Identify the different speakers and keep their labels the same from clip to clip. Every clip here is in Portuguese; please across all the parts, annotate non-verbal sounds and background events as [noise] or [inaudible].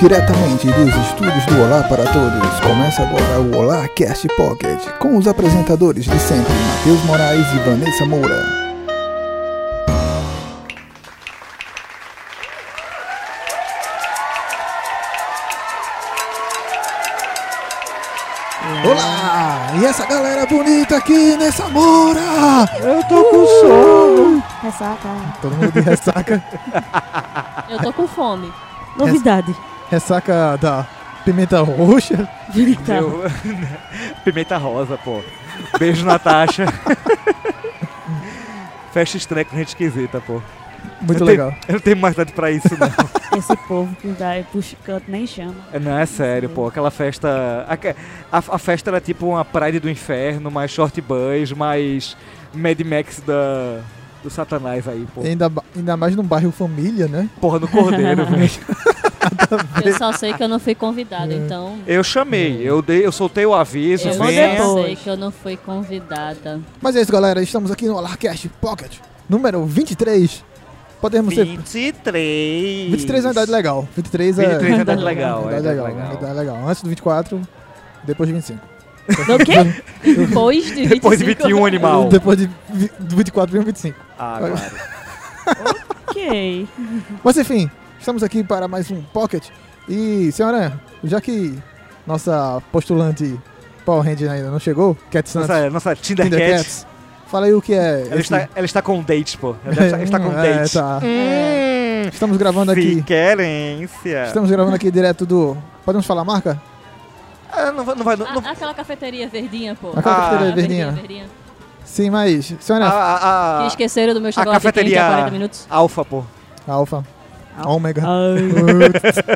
Speaker 1: Diretamente dos estúdios do Olá para Todos, começa agora o Olá Cast Pocket, com os apresentadores de sempre, Matheus Moraes e Vanessa Moura. Olá! E essa galera bonita aqui nessa Moura!
Speaker 2: Eu tô com sono.
Speaker 3: Ressaca.
Speaker 1: É, Todo mundo de ressaca, [laughs]
Speaker 4: Eu tô com fome.
Speaker 3: Novidade.
Speaker 1: ressaca da pimenta roxa.
Speaker 3: Digital.
Speaker 2: Meu... [laughs] Pimenta rosa, pô. Beijo, Natasha. [laughs] Festa estranha com gente esquisita, pô.
Speaker 1: Muito
Speaker 2: Eu tenho-
Speaker 1: legal.
Speaker 2: Eu não tenho mais nada pra isso, não.
Speaker 3: Esse [laughs] povo que dá puxa canto nem chama.
Speaker 2: É, [laughs] não, é sério, pô. Aquela festa... aque- A, a festa era tipo uma Pride do Inferno, mais Short Buzz, mais Mad Max da... do Satanás aí, pô.
Speaker 1: Ainda, ba- ainda mais num bairro família, né?
Speaker 2: Porra, no Cordeiro, velho.
Speaker 4: Eu só sei que eu não fui convidado,
Speaker 1: É.
Speaker 4: então.
Speaker 2: Eu chamei, eu, dei, eu soltei o aviso.
Speaker 4: Eu
Speaker 3: Isso
Speaker 4: só
Speaker 3: vem
Speaker 2: venha.
Speaker 3: depois.
Speaker 4: sei que eu não fui convidada.
Speaker 1: Mas é isso, galera. Estamos aqui no Alarcast Pocket, número 23.
Speaker 2: "É,
Speaker 1: Podemos ser.
Speaker 2: 23.
Speaker 1: 23 é uma idade legal. 23 é.
Speaker 2: 23 é
Speaker 1: [laughs]
Speaker 2: uma idade
Speaker 3: Idade
Speaker 2: legal.
Speaker 1: uma
Speaker 2: é
Speaker 1: idade
Speaker 2: idade
Speaker 1: legal. uma idade legal. Antes do 24, depois de 25.
Speaker 4: Do quê? Depois de 25.
Speaker 2: Depois de 21
Speaker 1: [laughs]
Speaker 2: animal.
Speaker 1: Depois de vi- do 24 vem o 25.
Speaker 2: Ah, claro.
Speaker 3: Ok.
Speaker 1: Mas enfim, estamos aqui para mais um Pocket. E, senhora, já que nossa postulante Power Ranger ainda não chegou, Cat Santos,
Speaker 2: Nossa, nossa
Speaker 1: Tinder
Speaker 2: Tindercat.
Speaker 1: Cats, fala aí o que é.
Speaker 2: Ela
Speaker 1: esse-
Speaker 2: está, ela está com um date, pô. Ela deve estar- está com um
Speaker 1: [laughs] É,
Speaker 2: date.
Speaker 1: tá.
Speaker 2: Hum,
Speaker 1: Estamos gravando aqui.
Speaker 2: que querência.
Speaker 1: Estamos gravando aqui direto do. Podemos falar a marca?
Speaker 2: Ah, não vai... Não vai não, não-
Speaker 4: A- aquela cafeteria verdinha, pô.
Speaker 1: Aquela
Speaker 2: Ah.
Speaker 1: cafeteria
Speaker 4: A
Speaker 1: verdinha. Ah.
Speaker 4: verdinha.
Speaker 1: Sim, mas.
Speaker 2: a,
Speaker 4: Ah.
Speaker 1: Senhora,
Speaker 2: a,
Speaker 4: Que
Speaker 2: a,
Speaker 4: esqueceram do meu
Speaker 2: a
Speaker 4: chocolate quente há 40
Speaker 2: cafeteria
Speaker 4: minutos.
Speaker 2: Alfa, ah. pô.
Speaker 1: Alfa.
Speaker 4: Ah.
Speaker 3: Alfa.
Speaker 1: Ômega.
Speaker 3: [laughs] Ai.
Speaker 1: Oh [laughs]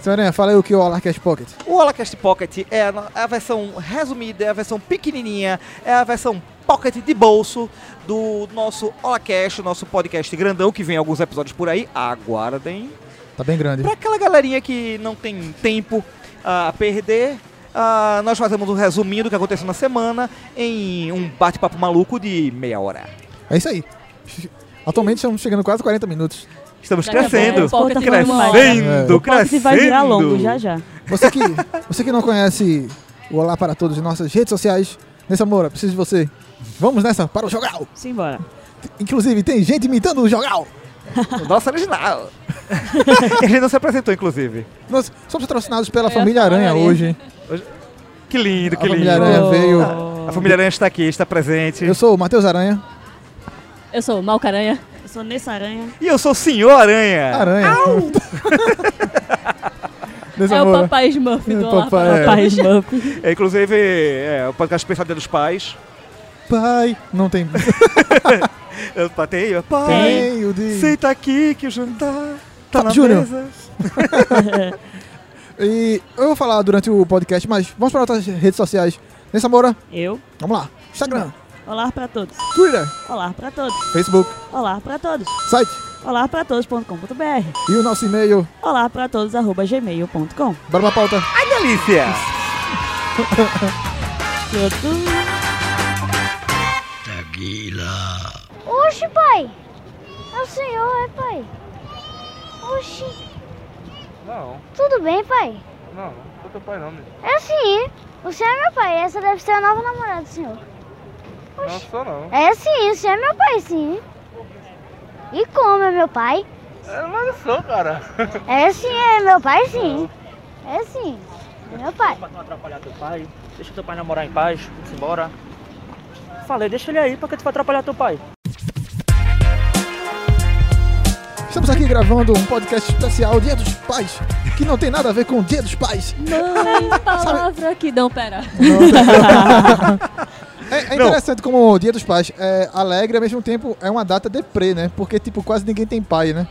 Speaker 1: Senhora, fala aí o que é o Alarcast Pocket.
Speaker 2: O Holacast Pocket é a, no- a versão resumida, é a versão pequenininha, é a versão pocket de bolso do nosso Holacast, nosso podcast grandão, que vem alguns episódios por aí. Aguardem.
Speaker 1: Tá bem grande.
Speaker 2: Pra aquela galerinha que não tem tempo a perder, ah, nós fazemos um resuminho do que aconteceu na semana em um bate-papo maluco de meia hora.
Speaker 1: É isso aí. Atualmente estamos chegando quase 40 minutos.
Speaker 2: Estamos
Speaker 4: Daqui a pouco
Speaker 2: crescendo,
Speaker 4: o pocket vai numa hora.
Speaker 2: crescendo,
Speaker 1: O
Speaker 3: Pocket
Speaker 2: crescendo.
Speaker 3: vai virar longo já já.
Speaker 1: Você
Speaker 4: [laughs]
Speaker 1: que, você que não conhece o Olá para Todos em nossas redes sociais, Nessa Moura, preciso de você. Vamos nessa para o Jogal!
Speaker 3: Simbora.
Speaker 1: Inclusive, tem gente imitando o Jogal!
Speaker 4: [laughs]
Speaker 2: Nossa original. Ele não se apresentou, inclusive.
Speaker 1: Nós somos patrocinados pela
Speaker 4: Eu
Speaker 1: família Aranha
Speaker 4: falaria.
Speaker 1: hoje.
Speaker 2: Que lindo, que
Speaker 1: A
Speaker 2: lindo.
Speaker 1: família Aranha
Speaker 3: Oh.
Speaker 1: veio.
Speaker 2: É, A família Aranha está aqui, está presente.
Speaker 1: Eu sou o Matheus Aranha.
Speaker 4: Eu sou o Malcaranha.
Speaker 3: Eu sou Nessa Aranha.
Speaker 2: E eu sou o Senhor
Speaker 4: É.
Speaker 2: Aranha.
Speaker 1: Aranha. [laughs] Nessa
Speaker 4: É o
Speaker 1: Moura.
Speaker 4: papai Smurf do
Speaker 1: É o
Speaker 4: Olá.
Speaker 1: papai. É.
Speaker 3: Papai Smurf.
Speaker 2: É, inclusive, é, o podcast especial Dia dos Pais.
Speaker 1: Pai! Não tem.
Speaker 2: Eu patei, pai,
Speaker 1: Tem o de.
Speaker 2: senta aqui que o jantar tá
Speaker 1: Fábio
Speaker 2: na
Speaker 1: Júnior.
Speaker 2: mesa.
Speaker 1: E eu vou falar durante o podcast, mas vamos para outras redes sociais. Nessa Moura,
Speaker 3: Eu.
Speaker 1: vamos lá. Instagram,
Speaker 3: Olá pra todos.
Speaker 1: Twitter,
Speaker 3: Olá pra todos.
Speaker 1: Facebook,
Speaker 3: Olá pra todos.
Speaker 1: site
Speaker 3: Olá pra todos.com.br.
Speaker 1: e o nosso e-mail.
Speaker 3: Olá pra todos arroba gmail.com.
Speaker 1: Bora pra pauta.
Speaker 2: Ai, É delícia!
Speaker 3: Tudo.
Speaker 5: Oxe, pai! É o senhor, é, pai? Oxe,
Speaker 2: Não,
Speaker 5: tudo bem, pai?
Speaker 2: não, não sou teu pai não, menino.
Speaker 5: É sim, o senhor é meu pai, essa deve ser a nova namorada do senhor. Oxe,
Speaker 2: sou não.
Speaker 5: é sim, o senhor é meu pai, sim. E como é meu pai?
Speaker 2: Mas eu sou, cara.
Speaker 5: É sim, é meu pai, sim. É sim, é meu pai.
Speaker 6: pra não atrapalhar teu pai, deixa teu pai namorar em paz, vamos embora. Falei, deixa ele aí, porque tu vai atrapalhar teu pai.
Speaker 1: Estamos aqui gravando um podcast especial Dia dos Pais, que não tem nada a ver com o Dia dos Pais.
Speaker 4: Mãe, palavra que
Speaker 1: [laughs]
Speaker 4: não, pera.
Speaker 1: É, é
Speaker 2: Não.
Speaker 1: interessante como o Dia dos Pais é alegre, ao mesmo tempo é uma data deprê, né? Porque, tipo, quase ninguém tem pai, né?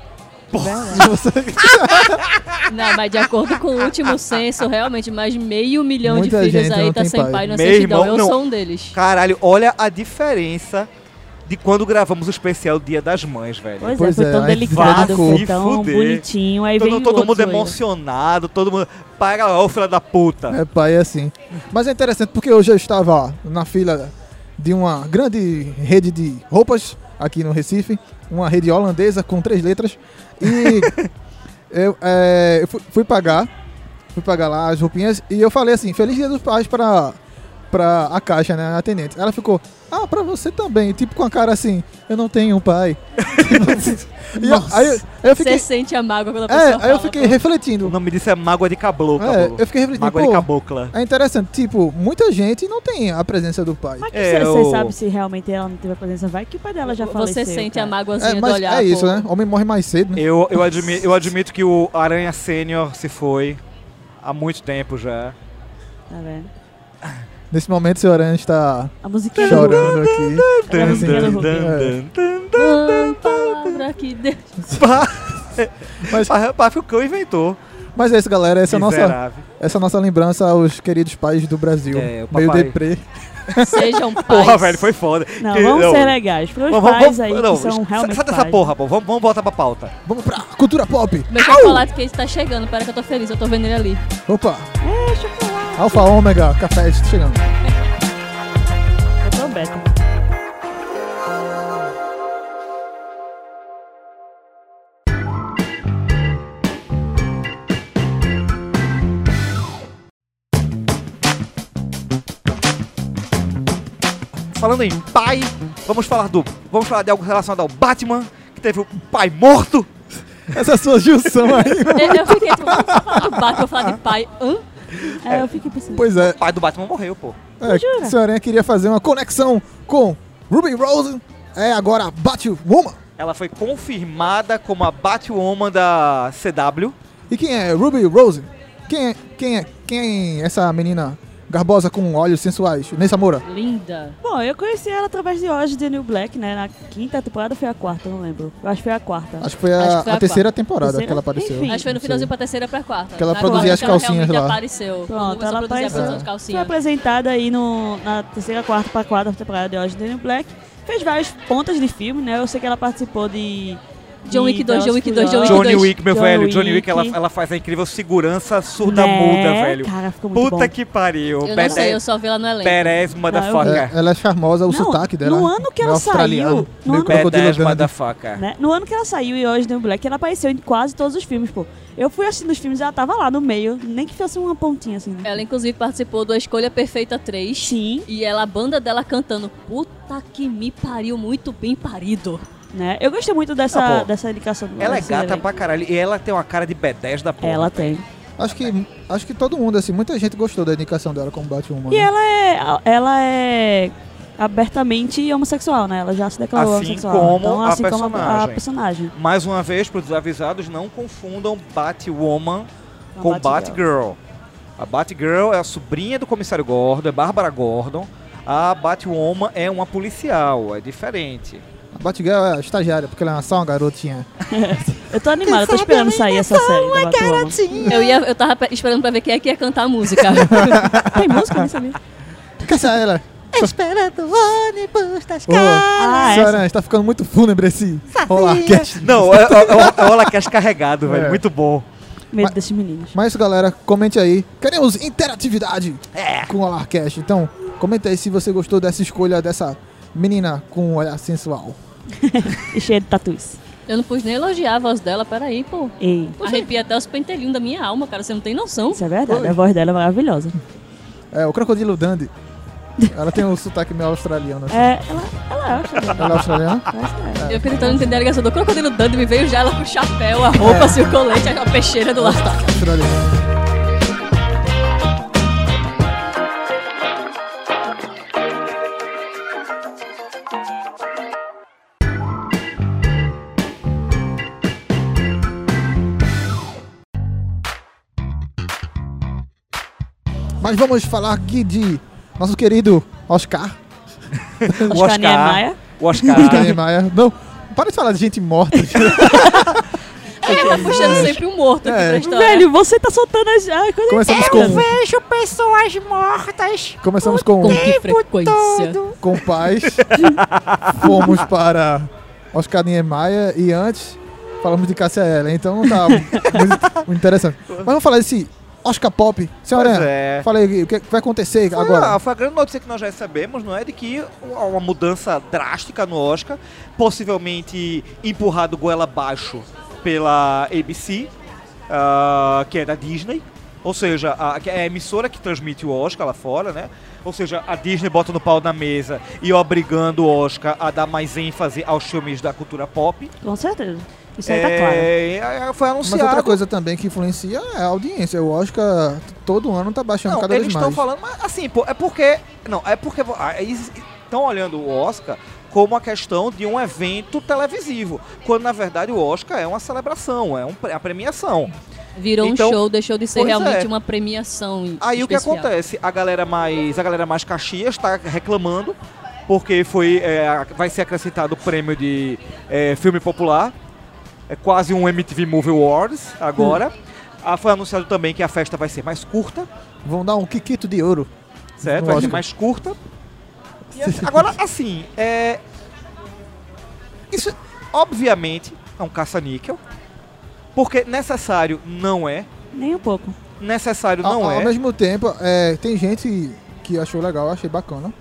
Speaker 1: Se você-
Speaker 4: Não, mas de acordo com o último censo, realmente mais meio milhão
Speaker 1: Muita
Speaker 4: de filhos
Speaker 1: gente não
Speaker 4: aí tá
Speaker 1: tem
Speaker 4: sem
Speaker 1: pai.
Speaker 4: pai, na
Speaker 2: Meu
Speaker 4: certidão.
Speaker 2: irmão,
Speaker 4: Eu
Speaker 2: não.
Speaker 4: sou um deles.
Speaker 2: Caralho, olha a diferença de quando gravamos o especial Dia das Mães, velho.
Speaker 3: Pois,
Speaker 1: Pois
Speaker 3: é, foi
Speaker 1: é,
Speaker 3: tão
Speaker 1: aí
Speaker 3: delicado,
Speaker 1: ficou-
Speaker 3: foi tão
Speaker 2: fuder.
Speaker 3: bonitinho. Aí
Speaker 2: todo
Speaker 3: veio
Speaker 2: todo
Speaker 3: outro
Speaker 2: mundo é
Speaker 3: ainda.
Speaker 2: emocionado, todo mundo... Para lá, ô filha da puta.
Speaker 1: É, pai, é assim. Mas é interessante porque hoje eu estava ó, na fila de uma grande rede de
Speaker 4: [laughs]
Speaker 1: roupas aqui no Recife, uma rede holandesa com três letras. E Eu, é, eu fu- fui, pagar, fui pagar lá as roupinhas e eu falei assim, feliz dia dos pais pra, pra a caixa, né, a atendente. Ela ficou, ah, pra você também, tipo com a cara assim, eu não tenho um pai. [laughs] e eu, aí, eu- aí eu
Speaker 4: Você
Speaker 1: fiquei,
Speaker 4: sente a mágoa quando a pessoa
Speaker 1: é,
Speaker 4: fala.
Speaker 1: aí eu fiquei
Speaker 2: O
Speaker 1: refletindo.
Speaker 2: nome disso é Mágoa de Caboclo.
Speaker 1: É,
Speaker 2: caboclo.
Speaker 1: eu fiquei refletindo,
Speaker 2: Mágoa de
Speaker 1: pô,
Speaker 2: Cabocla.
Speaker 1: é interessante, tipo, muita gente não tem a presença do pai.
Speaker 3: Mas que
Speaker 2: É,
Speaker 3: você
Speaker 2: eu-
Speaker 3: sabe se realmente ela não teve a presença? Vai que o pai dela já faleceu.
Speaker 4: Você sente
Speaker 3: cara.
Speaker 4: a mágoazinha
Speaker 1: É,
Speaker 4: do
Speaker 1: mas
Speaker 4: assim, olhar.
Speaker 1: é isso,
Speaker 4: pô.
Speaker 1: né? Homem morre mais cedo, né?
Speaker 2: Eu, eu, admi- eu admito que o Aranha Sênior se foi há muito tempo já.
Speaker 3: Tá vendo?
Speaker 1: Nesse momento, seu Aranha está
Speaker 3: A musiquinha
Speaker 1: chorando aqui.
Speaker 2: Tá
Speaker 3: Dun,
Speaker 1: Assim,
Speaker 3: dun, dun,
Speaker 1: é.
Speaker 4: Ah, palavra que
Speaker 1: [laughs]
Speaker 4: Deus.
Speaker 1: É.
Speaker 2: [laughs]
Speaker 1: Mas,
Speaker 2: Pá, pá, que o cão inventou.
Speaker 1: mas é isso, galera. Essa é a nossa,
Speaker 2: Miserável.
Speaker 1: essa é a nossa lembrança aos queridos pais do Brasil.
Speaker 2: É, o
Speaker 1: Meio
Speaker 2: papai-
Speaker 1: deprê.
Speaker 4: Sejam pais.
Speaker 2: Porra, velho, foi foda.
Speaker 3: Não,
Speaker 2: Que-
Speaker 3: vamos ser legais. Para os
Speaker 2: Vamos- vamos-
Speaker 3: pais aí
Speaker 2: não,
Speaker 3: que são
Speaker 2: sa-
Speaker 3: realmente
Speaker 2: Sai dessa
Speaker 3: pais.
Speaker 2: porra, pô. Vamos, vamos voltar pra pauta.
Speaker 1: Vamos pra cultura pop.
Speaker 4: Meu chocolate que está chegando. Pera que eu tô feliz, eu tô vendo ele ali.
Speaker 1: Opa. Alfa, ômega, café está chegando.
Speaker 3: Eu sou beta.
Speaker 2: Falando em pai, vamos falar do. Vamos falar de algo relacionado ao Batman, que teve um pai morto.
Speaker 1: Essa é sua junção
Speaker 4: [laughs]
Speaker 1: aí.
Speaker 4: Eu, eu fiquei tipo, vamos falar do Batman, vou falar de pai. Hã?
Speaker 3: É, eu fiquei pensando.
Speaker 1: Pois é.
Speaker 2: O pai do Batman morreu, pô.
Speaker 1: é
Speaker 3: Jura?
Speaker 1: seu Aranha queria fazer uma conexão com Ruby Rose. É agora Batwoman.
Speaker 2: Ela foi confirmada como a Batwoman da CW.
Speaker 1: E quem é Ruby Rose? Quem é, quem é, quem é essa menina garbosa com olhos sensuais? Nessa Moura.
Speaker 4: Linda.
Speaker 3: Bom, eu conheci ela através de hoje de New Black, né? Na quinta temporada ou foi a quarta, eu não lembro. Eu acho que foi a quarta.
Speaker 1: Acho que foi
Speaker 4: Acho
Speaker 1: a,
Speaker 4: que foi
Speaker 1: a
Speaker 4: a
Speaker 1: terceira temporada
Speaker 3: Terceira?
Speaker 1: que ela apareceu.
Speaker 3: Enfim.
Speaker 4: Acho que foi no
Speaker 1: Não sei.
Speaker 4: finalzinho pra terceira pra quarta.
Speaker 1: Que ela
Speaker 4: Na
Speaker 1: produzia
Speaker 4: quarta
Speaker 1: as
Speaker 4: que ela
Speaker 1: calcinhas
Speaker 4: realmente
Speaker 1: lá.
Speaker 4: apareceu.
Speaker 3: Pronto,
Speaker 4: Começou a
Speaker 3: ela
Speaker 4: produzir a produção
Speaker 3: apareceu.
Speaker 4: de
Speaker 3: Foi
Speaker 4: calcinha.
Speaker 3: apresentada aí no, na terceira, quarta pra quarta temporada de hoje de New Black. Fez várias pontas de filme, né? Eu sei que ela participou de.
Speaker 4: John Wick 2, John Wick 2, John Wick
Speaker 2: Johnny
Speaker 4: dois.
Speaker 2: Wick, meu
Speaker 3: John
Speaker 2: velho. Johnny Wick,
Speaker 3: Wick.
Speaker 2: ela, ela faz a incrível segurança surda
Speaker 3: Né?
Speaker 2: muda, velho.
Speaker 3: Cara, ficou muito
Speaker 2: Puta
Speaker 3: bom.
Speaker 2: que pariu.
Speaker 4: Eu não
Speaker 2: Badass-
Speaker 4: sei, eu só vi ela no elenco.
Speaker 2: Badass motherfucker.
Speaker 1: É, ela é charmosa, o
Speaker 3: Não,
Speaker 1: sotaque dela.
Speaker 3: no ano que
Speaker 1: meio
Speaker 3: ela saiu,
Speaker 1: australiano,
Speaker 3: no
Speaker 1: meio
Speaker 3: ano-
Speaker 1: crocodilo
Speaker 2: Badass
Speaker 1: Dundee.
Speaker 2: motherfucker.
Speaker 3: Né? No ano que ela saiu e hoje New Black, ela apareceu em quase todos os filmes, pô. Eu fui assistindo os filmes e ela tava lá no meio, nem que fosse uma pontinha assim. Né?
Speaker 4: Ela, inclusive, participou do A Escolha Perfeita 3.
Speaker 3: Sim,
Speaker 4: E ela, a banda dela cantando Puta que me pariu, muito bem parido.
Speaker 3: né? Eu gostei muito
Speaker 2: Ah,
Speaker 3: dessa,
Speaker 2: pô.
Speaker 3: dessa indicação do
Speaker 2: Ela é
Speaker 3: desse
Speaker 2: gata
Speaker 3: elenco.
Speaker 2: pra caralho. E ela tem uma cara de B10 da porra.
Speaker 3: Ela tem.
Speaker 1: Acho que, acho que todo mundo, assim, muita gente gostou da indicação dela como Batwoman.
Speaker 3: E
Speaker 1: né?
Speaker 3: ela é, ela é abertamente homossexual, né? Ela já se declarou
Speaker 2: Assim
Speaker 3: homossexual.
Speaker 2: como
Speaker 3: então,
Speaker 2: a
Speaker 3: assim como a- a
Speaker 2: personagem.
Speaker 3: personagem.
Speaker 2: Mais uma vez, para os avisados, não confundam Batwoman
Speaker 3: Com
Speaker 2: com
Speaker 3: Batgirl.
Speaker 2: Batgirl. A Batgirl é a sobrinha do comissário Gordon, é Bárbara Gordon. A Batwoman é uma policial, é diferente.
Speaker 1: A Batgirl é estagiária, porque ela é só uma garotinha.
Speaker 3: Eu tô animada, eu tô esperando sair essa
Speaker 7: é
Speaker 3: série da Batwoman.
Speaker 4: Eu, ia, eu tava pe- esperando pra ver quem é que ia cantar a música.
Speaker 3: Tem música né, nisso ali?
Speaker 1: Caça é ela!
Speaker 7: Esperando o ônibus das
Speaker 1: Ô,
Speaker 3: Ah,
Speaker 1: senhora, está tá ficando muito fúnebre esse rolarcast.
Speaker 2: Não, é, é, é o Holacast carregado, velho.
Speaker 1: É.
Speaker 2: Muito bom.
Speaker 3: Medo
Speaker 1: Mas-
Speaker 3: desses meninos.
Speaker 1: Mas, galera, comente aí. Queremos interatividade com o Alarcast. Então, comenta aí se você gostou dessa escolha dessa menina com um olhar sensual.
Speaker 3: E cheia de tatuis.
Speaker 4: Eu não pude nem elogiar a voz dela, peraí, pô.
Speaker 3: Ei,
Speaker 4: Arrepia até os pentelhinhos da minha alma, cara, você não tem noção.
Speaker 3: isso é verdade. A voz dela é maravilhosa.
Speaker 1: É, o Crocodilo Dandy. Ela tem um sotaque meio australiano. assim.
Speaker 3: É, ela, ela é australiana.
Speaker 1: Ela é australiana?
Speaker 3: Parece que é.
Speaker 4: Eu tentando entender a ligação do crocodilo dando, me veio já ela com o chapéu, a
Speaker 2: É.
Speaker 4: roupa, assim, o colete, a peixeira do lado.
Speaker 1: australiana. Mas vamos falar aqui de nosso querido Oscar.
Speaker 2: O
Speaker 3: Oscar Niemeyer.
Speaker 2: O [laughs] Oscar.
Speaker 1: Oscar Niemeyer. Não, para de falar de gente morta. [laughs]
Speaker 2: É,
Speaker 4: Ela puxando sempre um morto aqui
Speaker 1: É.
Speaker 4: pra história.
Speaker 3: Velho, você tá soltando as, as coisas.
Speaker 1: Começamos com, um.
Speaker 7: Vejo pessoas mortas
Speaker 1: começamos com, um.
Speaker 4: Com que frequência?
Speaker 1: com paz. [laughs] Fomos para Oscar Niemeyer e antes falamos de Cássia Ela. Então não
Speaker 2: [laughs]
Speaker 1: tá muito, muito interessante. Mas vamos falar desse Oscar Pop. Senhora,
Speaker 2: Pois é.
Speaker 1: fala aí o que vai acontecer
Speaker 2: Foi
Speaker 1: agora.
Speaker 2: a- foi a grande notícia que nós já recebemos, não é? De que há uma mudança drástica no Oscar, possivelmente empurrado goela abaixo pela ABC, ah, que é da Disney. Ou seja, a, que é a emissora que transmite o Oscar lá fora, né? Ou seja, a Disney bota no pau na mesa e obrigando o Oscar a dar mais ênfase aos filmes da cultura pop.
Speaker 3: Com certeza. Isso aí tá claro.
Speaker 2: É, é, foi
Speaker 1: Mas
Speaker 2: anunciado.
Speaker 1: outra coisa também que influencia é a audiência. Eu acho que ah, todo ano tá baixando
Speaker 2: Não,
Speaker 1: cada
Speaker 2: eles
Speaker 1: vez mais.
Speaker 2: estão falando, mas assim, pô, é porque. Não, é porque estão olhando o Oscar como a questão de um evento televisivo. Quando na verdade o Oscar é uma celebração, é um pre- a premiação.
Speaker 4: Virou
Speaker 2: Então,
Speaker 4: um show, deixou de ser
Speaker 2: pois
Speaker 4: realmente
Speaker 2: é.
Speaker 4: uma premiação.
Speaker 2: Aí o que
Speaker 4: especial.
Speaker 2: acontece? A galera mais. A galera mais Caxias está reclamando, porque foi, é, a- vai ser acrescentado o prêmio de é, filme popular. É quase um MTV Movie Awards agora. Ah, foi anunciado também que a festa vai ser mais curta.
Speaker 1: Vão dar um Kikito de ouro. No
Speaker 2: certo? Vai ser
Speaker 1: Oscar.
Speaker 2: mais curta. E assim- agora, assim, é... Isso, obviamente, é um caça-níquel, porque necessário não é,
Speaker 3: Nem um pouco.
Speaker 2: necessário
Speaker 1: Ao-
Speaker 3: Ah,
Speaker 2: não
Speaker 1: ao,
Speaker 2: é.
Speaker 1: mesmo tempo, é, tem gente que achou legal, achei bacana.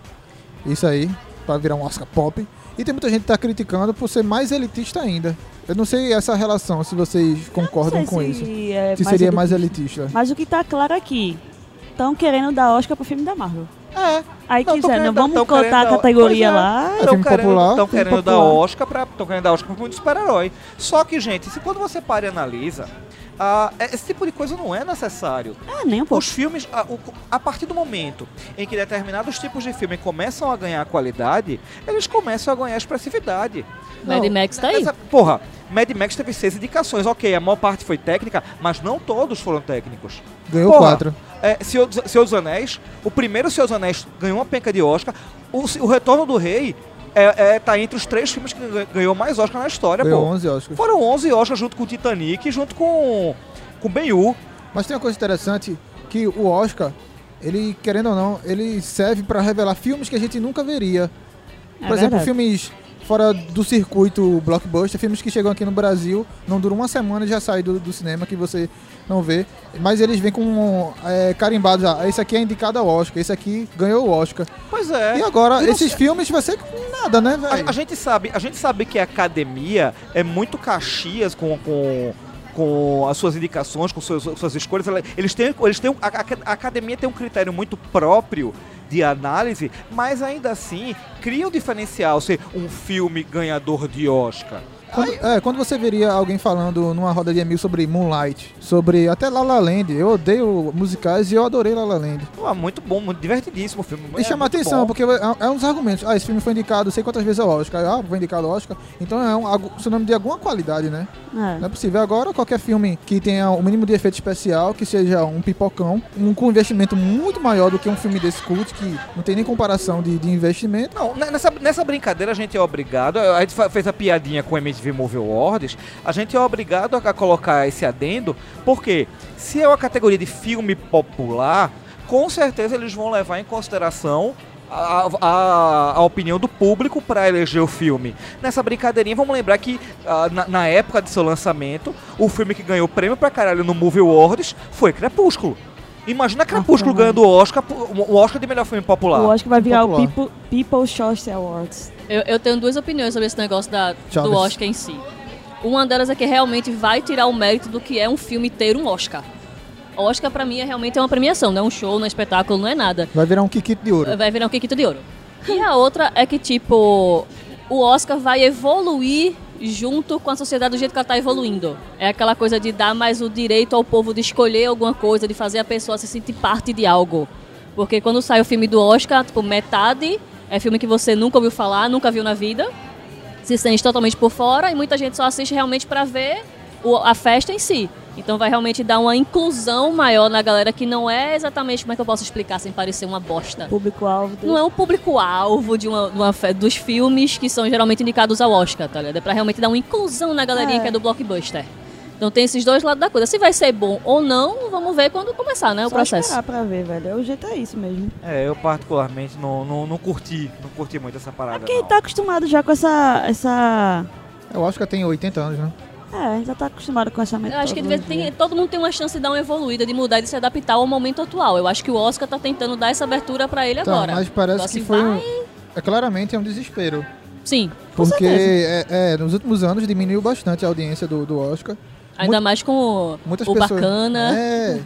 Speaker 1: Isso aí, pra virar um Oscar pop. E tem muita gente que tá criticando por ser mais elitista ainda. Eu não sei essa relação, se vocês concordam
Speaker 3: Não
Speaker 1: com
Speaker 3: sei se
Speaker 1: isso.
Speaker 3: é
Speaker 1: Se
Speaker 3: mais
Speaker 1: seria
Speaker 3: do-
Speaker 1: mais elitista.
Speaker 3: Mas o que tá claro aqui, estão querendo dar Oscar pro filme da Marvel.
Speaker 2: É,
Speaker 3: Aí
Speaker 2: Não, tão
Speaker 3: quiser, não
Speaker 2: querendo-
Speaker 3: vamos
Speaker 2: tão querendo
Speaker 3: cortar
Speaker 2: dar-
Speaker 3: a categoria
Speaker 2: Pois é.
Speaker 3: lá. é
Speaker 1: filme
Speaker 2: estão querendo,
Speaker 1: popular,
Speaker 2: tão
Speaker 1: filme
Speaker 2: querendo dar
Speaker 1: popular.
Speaker 2: Oscar pra, tão querendo dar Oscar pra muito super-herói. Só que, gente, se quando você para e analisa, ah, esse tipo de coisa não é necessário.
Speaker 3: Ah, nem um pouco.
Speaker 2: Os filmes, a, o- a partir do momento em que determinados tipos de filme começam a ganhar qualidade, eles começam a ganhar expressividade.
Speaker 4: Mad
Speaker 2: Não,
Speaker 4: Max tá aí.
Speaker 2: essa- porra, Mad Max teve seis indicações. Ok, a maior parte foi técnica, mas não todos foram técnicos.
Speaker 1: Ganhou
Speaker 2: Porra.
Speaker 1: quatro.
Speaker 2: É, Senhor, dos- Senhor dos Anéis, o primeiro Senhor dos Anéis ganhou uma penca de Oscar. O, Se- o Retorno do Rei é, é, tá entre os três filmes que gan- ganhou mais Oscar na história,
Speaker 1: Ganhou
Speaker 2: pô.
Speaker 1: 11 Oscars.
Speaker 2: Foram 11 Oscars junto com o Titanic, junto com, com Ben-Hur.
Speaker 1: Mas tem uma coisa interessante, que o Oscar, ele, querendo ou não, ele serve pra revelar filmes que a gente nunca veria.
Speaker 3: É
Speaker 1: Por exemplo,
Speaker 3: verdade.
Speaker 1: filmes fora do circuito blockbuster, filmes que chegam aqui no Brasil, não duram uma semana e já saem do, do cinema, que você não vê. Mas eles vêm com é, carimbados, ah, esse aqui é indicado ao Oscar, esse aqui ganhou o Oscar.
Speaker 2: Pois é.
Speaker 1: E agora,
Speaker 2: E não
Speaker 1: esses filmes vai ser nada, né,
Speaker 2: A-
Speaker 1: velho?
Speaker 2: A, gente sabe, a gente sabe que a academia é muito caxias com, com, com as suas indicações, com suas, suas escolhas. Ela- Eles têm, eles têm um- a, a- a academia tem um critério muito próprio de análise, mas ainda assim cria um diferencial ser um filme ganhador de Oscar.
Speaker 1: Quando, é, quando você veria alguém falando numa roda de amigos sobre Moonlight, sobre até La La Land, eu odeio musicais e eu adorei La La Land.
Speaker 2: Pô, muito bom, muito divertidíssimo o filme.
Speaker 1: E
Speaker 2: é
Speaker 1: chama
Speaker 2: muito
Speaker 1: atenção,
Speaker 2: bom.
Speaker 1: porque é, é uns argumentos. Ah, esse filme foi indicado sei quantas vezes ao Oscar. Ah, foi indicado ao Oscar. Então é um algo- sinônimo de alguma qualidade, né?
Speaker 3: É.
Speaker 1: Não é possível. Agora, qualquer filme que tenha o mínimo de efeito especial, que seja um pipocão, um com investimento muito maior do que um filme desse cult, que não tem nem comparação de, de investimento.
Speaker 2: Não, ne- nessa, nessa brincadeira a gente é obrigado. A gente fa- fez a piadinha com o MTV Movie Awards. A gente é obrigado a, a colocar esse adendo, porque se é uma categoria de filme popular, com certeza eles vão levar em consideração. A, a- a opinião do público para eleger o filme. Nessa brincadeirinha, vamos lembrar que ah, na, na época de seu lançamento, o filme que ganhou prêmio pra caralho no Movie Awards foi Crepúsculo. Imagina Crepúsculo
Speaker 3: caralho.
Speaker 2: ganhando o Oscar, por- o Oscar de melhor filme popular.
Speaker 3: Eu acho que vai virar o
Speaker 1: Popular.
Speaker 3: People, People Choice Awards.
Speaker 4: Eu, eu tenho duas opiniões sobre esse negócio da,
Speaker 1: Chaves.
Speaker 4: do Oscar em si. Uma delas é que realmente vai tirar o mérito do que é um filme ter um Oscar. Oscar, pra mim, é realmente uma premiação, não é um show, não é espetáculo, não é nada.
Speaker 1: Vai virar um Kikito de ouro.
Speaker 4: Vai virar um Kikito de ouro. E a outra é que, tipo, o Oscar vai evoluir junto com a sociedade do jeito que ela tá evoluindo. É aquela coisa de dar mais o direito ao povo de escolher alguma coisa, de fazer a pessoa se sentir parte de algo. Porque quando sai o filme do Oscar, tipo, metade é filme que você nunca ouviu falar, nunca viu na vida, se sente totalmente por fora e muita gente só assiste realmente pra ver o- a festa em si. Então vai realmente dar uma inclusão maior na galera que não é exatamente como é que eu posso explicar sem parecer uma bosta
Speaker 3: Público-alvo.
Speaker 4: não
Speaker 3: desse-
Speaker 4: é o público-alvo de uma, de uma fe- dos filmes que são geralmente indicados ao Oscar, tá ligado? É pra realmente dar uma inclusão na galerinha
Speaker 3: É.
Speaker 4: que é do blockbuster. Então tem esses dois lados da coisa. Se vai ser bom ou não, vamos ver quando começar, né? O
Speaker 3: Só
Speaker 4: processo.
Speaker 3: esperar pra ver, velho. O jeito é isso mesmo.
Speaker 2: É, eu particularmente não, não, não curti, não curti muito essa parada.
Speaker 3: Quem
Speaker 2: não.
Speaker 3: tá acostumado já com essa... essa...
Speaker 1: Eu acho que tem 80 anos, né?
Speaker 3: É, já tá acostumado com essa
Speaker 4: Eu
Speaker 3: metodologia.
Speaker 4: acho que de vez- tem- todo mundo tem uma chance de dar uma evoluída, de mudar, de se adaptar ao momento atual. Eu acho que o Oscar tá tentando dar essa abertura pra ele
Speaker 1: Tá,
Speaker 4: agora.
Speaker 1: mas parece
Speaker 4: Então, assim,
Speaker 1: que foi um...
Speaker 4: vai-
Speaker 1: É, claramente é um desespero.
Speaker 4: Sim.
Speaker 3: Com
Speaker 1: Porque
Speaker 3: certeza.
Speaker 1: é, é, nos últimos anos diminuiu bastante a audiência do, do Oscar.
Speaker 4: Ainda mais com o,
Speaker 1: Muitas
Speaker 4: o
Speaker 1: pessoas,
Speaker 4: bacana.
Speaker 1: É.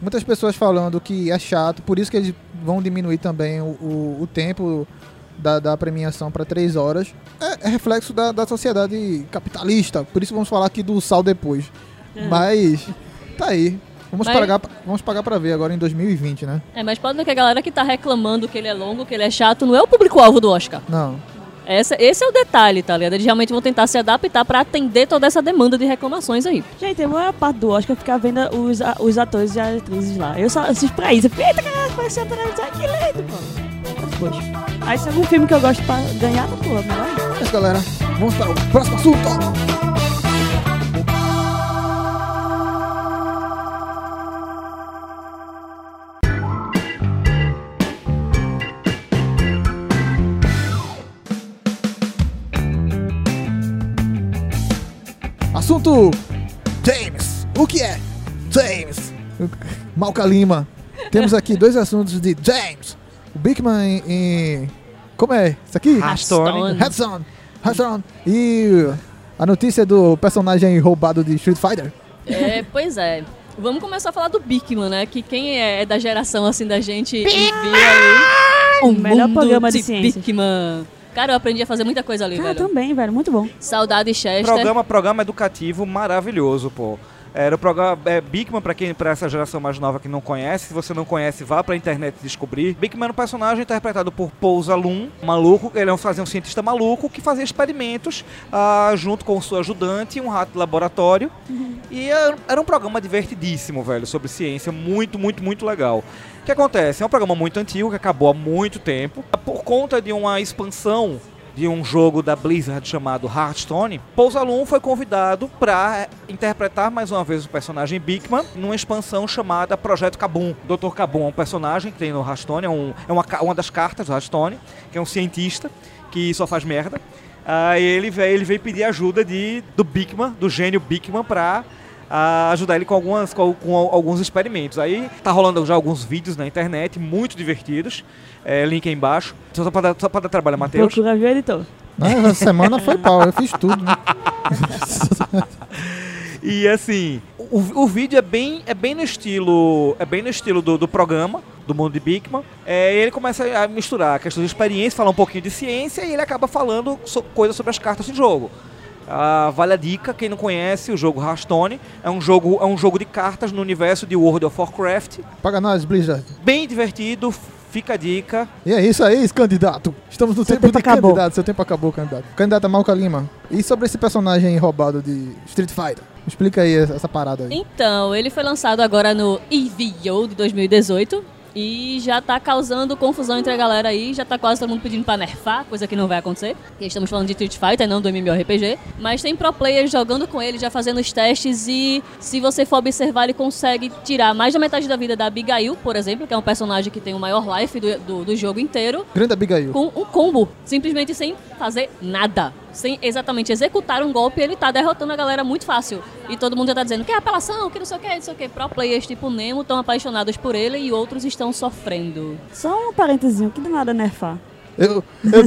Speaker 1: Muitas pessoas falando que é chato, por isso que eles vão diminuir também o, o, o tempo da, da premiação para três horas. É, é reflexo da, da sociedade capitalista, por isso vamos falar aqui do sal depois. Mas tá aí. Vamos
Speaker 4: É. Mas-
Speaker 1: pagar, vamos pagar para ver agora em 2020, né?
Speaker 4: É, mas pode ver que a galera que tá reclamando que ele é longo, que ele é chato, não é o público-alvo do Oscar.
Speaker 1: Não.
Speaker 4: Essa, esse é o detalhe, tá ligado? Eles realmente vão tentar se adaptar pra atender toda essa demanda de reclamações aí.
Speaker 3: Gente, a maior parte do Oscar é ficar vendo os, a- os atores e as atrizes lá. Eu só assisto pra isso. Eu fico, eita, caralho, vai ser atrás. Ai, que lindo, mano. Depois. Aí se é algum filme que eu gosto pra ganhar, tá pula, melhor ainda.
Speaker 1: É isso, galera. Vamos para o próximo assunto. Assunto James. O que é James? Malca Lima. Temos aqui dois assuntos de James. O Bigman em, em- Como é? Isso aqui? [laughs]
Speaker 2: Rastone.
Speaker 1: Hudson, Hudson e a notícia do personagem roubado de Street Fighter.
Speaker 4: É, pois é. Vamos começar a falar do Bigman, né? Que quem é, é da geração assim da gente e via ali. O
Speaker 3: Melhor
Speaker 4: mundo
Speaker 3: programa de ciência. Ah, então-
Speaker 4: Bigman. Cara, eu aprendi a fazer muita coisa ali,
Speaker 3: Cara,
Speaker 4: velho.
Speaker 3: também, velho. Muito bom.
Speaker 4: Saudade Chester.
Speaker 2: Programa, programa educativo maravilhoso, pô. Era o programa é, Bigman, pra quem pra essa geração mais nova que não conhece. Se você não conhece, vá pra internet descobrir. Bigman era um personagem interpretado por Paul Zalum, um maluco. Ele é um- fazia um cientista maluco que fazia experimentos ah, junto com sua ajudante, um rato de laboratório. E era, era um programa divertidíssimo, velho, sobre ciência. Muito, muito, muito legal. O que acontece? É um programa muito antigo, que acabou há muito tempo. Por conta de uma expansão de um jogo da Blizzard chamado Hearthstone, Paul Zalum foi convidado para interpretar mais uma vez o personagem Bigman numa expansão chamada Projeto Kabum. Dr. Kabum é um personagem que tem no Hearthstone, é, um- é uma, ca- uma das cartas do Hearthstone, que é um cientista que só faz merda. Aí Ah, ele veio, ele veio pedir ajuda de, do Bigman, do gênio Bigman, para ajudar ele com, algumas, com, al- com al- alguns experimentos. Aí tá rolando já alguns vídeos na internet, muito divertidos. É, link aí embaixo. Só pra dar, só pra dar trabalho, Matheus.
Speaker 3: Procura ver o editor.
Speaker 1: Né, Essa semana foi pau, eu fiz tudo. né?
Speaker 2: E assim, o, o vídeo é bem, é bem no estilo, é bem no estilo do, do programa do mundo de Bigman. É, ele começa a misturar a questão de experiência, falar um pouquinho de ciência e ele acaba falando so, coisas sobre as cartas do jogo. Ah, vale a dica, quem não conhece o jogo Hearthstone, é um jogo, é um jogo de cartas no universo de World of Warcraft,
Speaker 1: Paga nós, Blizzard.
Speaker 2: bem divertido, fica a dica.
Speaker 1: E é isso aí, candidato. Estamos no
Speaker 3: Seu
Speaker 1: tempo,
Speaker 3: tempo
Speaker 1: de
Speaker 3: acabou.
Speaker 1: candidato. Seu tempo acabou, candidato. Candidata Malca Lima. E sobre esse personagem roubado de Street Fighter? Explica aí essa, essa parada aí.
Speaker 4: Então, ele foi lançado agora no EVO de 2018 e já tá causando confusão entre a galera aí, já tá quase todo mundo pedindo pra nerfar, coisa que não vai acontecer. Porque estamos falando de Street Fighter, não do MMORPG, mas tem pro players jogando com ele, já fazendo os testes e se você for observar, ele consegue tirar mais da metade da vida da Abigail, por exemplo, que é um personagem que tem o maior life do- do, do jogo inteiro
Speaker 1: Grande Abigail.
Speaker 4: com um combo, simplesmente sem fazer nada. Sem exatamente executar um golpe, ele tá derrotando a galera muito fácil. E todo mundo já tá dizendo que é apelação, que não sei o que, não sei o que. Pro players tipo Nemo estão apaixonados por ele e outros estão sofrendo.
Speaker 3: Só um parentezinho, que do nada nerfar.
Speaker 1: Eu, eu,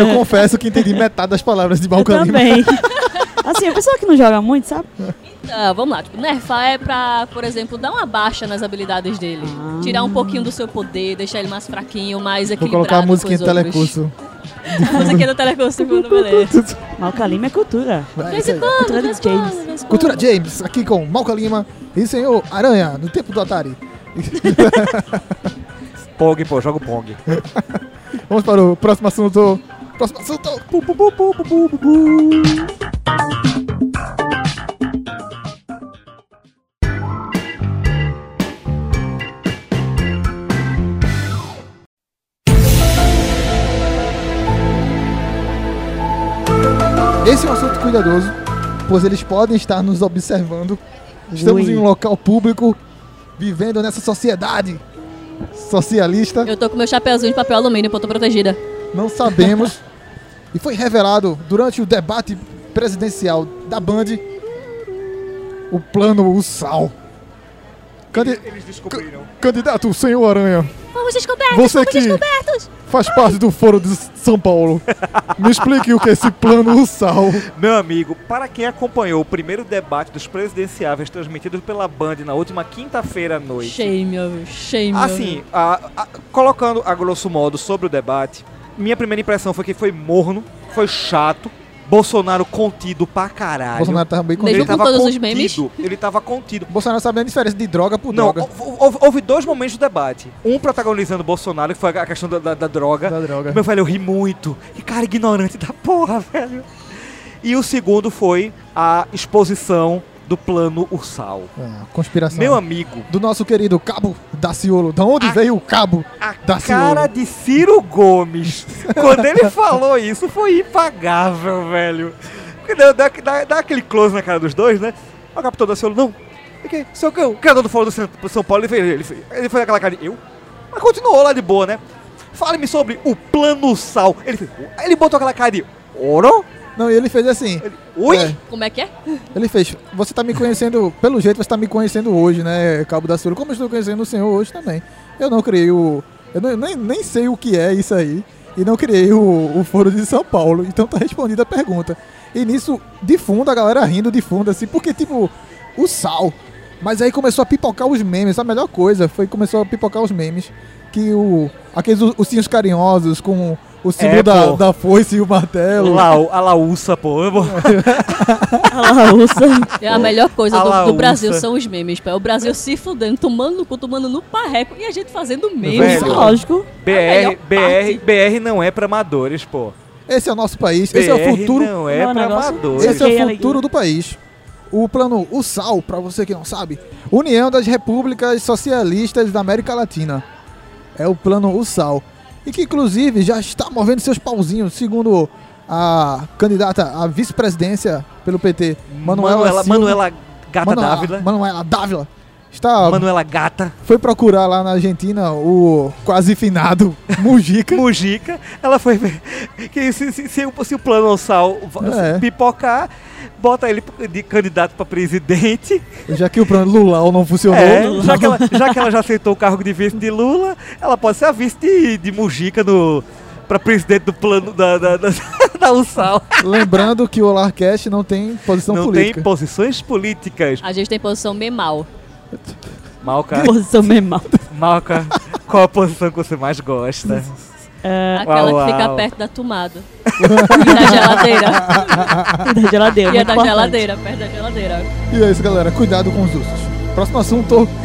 Speaker 1: eu confesso que entendi metade das palavras de
Speaker 3: Eu
Speaker 1: Malca Lima.
Speaker 4: [laughs]
Speaker 3: também. assim, a pessoa que não joga muito, sabe?
Speaker 4: Ah, vamos lá, tipo, nerfar é pra, por exemplo, dar uma baixa nas habilidades dele. Tirar um pouquinho do seu poder, deixar ele mais fraquinho, mais
Speaker 1: Ah. Vou
Speaker 4: equilibrado.
Speaker 1: colocar a música em
Speaker 4: com os [laughs] outros.
Speaker 1: telecurso.
Speaker 4: A música do telecurso, quando beleza.
Speaker 3: Malca Lima é cultura.
Speaker 1: Vai,
Speaker 4: De vez
Speaker 1: isso
Speaker 4: em
Speaker 1: aí.
Speaker 4: quando, de
Speaker 3: Cultura
Speaker 4: vez
Speaker 3: de
Speaker 4: em quando,
Speaker 3: James.
Speaker 4: de vez em quando.
Speaker 1: Cultura James, aqui com Malca Lima e senhor Aranha, no tempo do Atari.
Speaker 2: Pog, pô, joga o Pog.
Speaker 1: Vamos para o próximo assunto. Próximo assunto. Pu, pu, pu, pu, pu, pu, pu, pu. Esse é um assunto cuidadoso, pois eles podem estar nos observando. Estamos
Speaker 3: Ui.
Speaker 1: em um local público, vivendo nessa sociedade socialista.
Speaker 4: Eu tô com meu chapéuzinho de papel alumínio, pô, tô protegida.
Speaker 1: Não sabemos. e foi revelado durante o debate presidencial da Band o plano Ussal. Candi-
Speaker 8: Eles descobriram.
Speaker 1: Candidato Senhor Aranha,
Speaker 4: Fomos descobertos!
Speaker 1: Você
Speaker 4: fomos
Speaker 1: que-
Speaker 4: descobertos!
Speaker 1: faz parte do Foro de S- São Paulo. Me explique o que é esse plano Russal.
Speaker 2: Meu amigo, para quem acompanhou o primeiro debate dos presidenciáveis transmitido pela Band na última quinta-feira à noite.
Speaker 4: Shame, meu, shame. meu.
Speaker 2: Assim, a- a- colocando a grosso modo sobre o debate, minha primeira impressão foi que foi morno, foi chato, Bolsonaro contido pra caralho.
Speaker 1: Bolsonaro tá bem
Speaker 4: Mesmo
Speaker 1: contente.
Speaker 2: ele
Speaker 4: com
Speaker 2: tava
Speaker 4: todos os
Speaker 2: contido,
Speaker 4: memes?
Speaker 2: Ele tava contido.
Speaker 1: Bolsonaro sabe a diferença de droga por
Speaker 2: Não,
Speaker 1: droga.
Speaker 2: hou- houve, houve dois momentos do debate. Um protagonizando Bolsonaro, que foi a questão da, da- da droga.
Speaker 1: Da droga.
Speaker 2: Meu velho, eu ri muito. Que cara ignorante da porra, [laughs] velho. E o segundo foi a exposição do plano Ursal.
Speaker 1: Ah, conspiração.
Speaker 2: Meu amigo,
Speaker 1: do nosso querido Cabo Daciolo. Da onde veio o Cabo
Speaker 2: a
Speaker 1: Daciolo?
Speaker 2: cara de Ciro Gomes, quando ele falou isso, foi impagável, velho. Porque Dá, dá, dá- dá aquele close na cara dos dois, né? O capitão Daciolo, não. É que, seu cão, o criador do Fórum do Centro- São Paulo, ele fez, ele, fez, ele fez aquela cara de eu. Mas continuou lá de boa, né? Fale-me sobre o plano sal. Ele, fez, ele botou aquela cara de ouro?
Speaker 1: Não, e ele fez assim.
Speaker 2: Ele, Ui?
Speaker 1: É.
Speaker 4: Como é
Speaker 2: [laughs]
Speaker 4: que é?
Speaker 1: Ele fez, você tá me conhecendo, pelo jeito você tá me conhecendo hoje, né, Cabo da Ciolo, como eu estou conhecendo o senhor hoje também. Eu não criei o... Eu não- nem, nem sei o que é isso aí, e não criei o, o Foro de São Paulo, então tá respondida a pergunta. E nisso, de fundo, a galera rindo de fundo, assim, porque, tipo, o sal. Mas aí começou a pipocar os memes, a melhor coisa foi que começou a pipocar os memes, que o... Aqueles ursinhos carinhosos com o símbolo da,
Speaker 2: pô.
Speaker 1: da foice e o martelo.
Speaker 2: É, Lau, a laúça, pô. Eu vou-
Speaker 3: A Laúça.
Speaker 4: É a melhor coisa
Speaker 2: A
Speaker 4: do- do,
Speaker 2: laúça.
Speaker 4: Brasil são os memes, pá. O Brasil se fudendo, tomando no cu, tomando no parreco e a gente fazendo memes.
Speaker 2: Velho.
Speaker 4: [laughs]
Speaker 3: Lógico.
Speaker 2: BR,
Speaker 4: melhor
Speaker 2: BR,
Speaker 4: parte.
Speaker 2: BR não é pra amadores, pô.
Speaker 1: Esse é o nosso país, esse é o
Speaker 2: BR
Speaker 1: futuro...
Speaker 2: não é
Speaker 3: Não, o
Speaker 2: pra
Speaker 3: negócio-
Speaker 2: amadores.
Speaker 1: Esse é
Speaker 3: Alegria,
Speaker 1: o futuro do país. O plano USAL, para você que não sabe, União das Repúblicas Socialistas da América Latina. É o plano USAL. E que inclusive já está movendo seus pauzinhos, segundo a candidata à vice-presidência pelo PT, Manuela
Speaker 2: Manuela,
Speaker 1: Silva.
Speaker 2: Manuela Gata
Speaker 1: Manuela-
Speaker 2: Dávila.
Speaker 1: Manuela Dávila. Está,
Speaker 2: Manuela Gata
Speaker 1: Foi procurar lá na Argentina o quase finado [laughs] Mujica.
Speaker 2: Mujica. Ela foi ver que se, se- se o, se o plano sal
Speaker 1: É.
Speaker 2: pipocar, bota ele de candidato pra presidente.
Speaker 1: já que o plano Lula não funcionou.
Speaker 2: É, já, que ela, já que ela já aceitou o cargo de vice de Lula, ela pode ser a vice de, de Mujica no, pra presidente do plano da, da, [laughs] da, da USAL.
Speaker 1: Lembrando que o Olarcast não tem posição
Speaker 2: Não
Speaker 1: política.
Speaker 2: tem posições políticas.
Speaker 4: A gente tem posição memal.
Speaker 2: Malca,
Speaker 3: Posição memal.
Speaker 2: Malca, qual a posição que você mais gosta?
Speaker 4: [laughs]
Speaker 3: É,
Speaker 4: Aquela
Speaker 2: Uau,
Speaker 4: que fica
Speaker 2: uau.
Speaker 4: perto da tomada. [laughs] e da geladeira.
Speaker 3: e da geladeira.
Speaker 4: E é
Speaker 3: muito
Speaker 4: da
Speaker 3: importante.
Speaker 4: geladeira, perto da geladeira.
Speaker 1: E é isso, galera. Cuidado com os ursos. Próximo assunto. [laughs]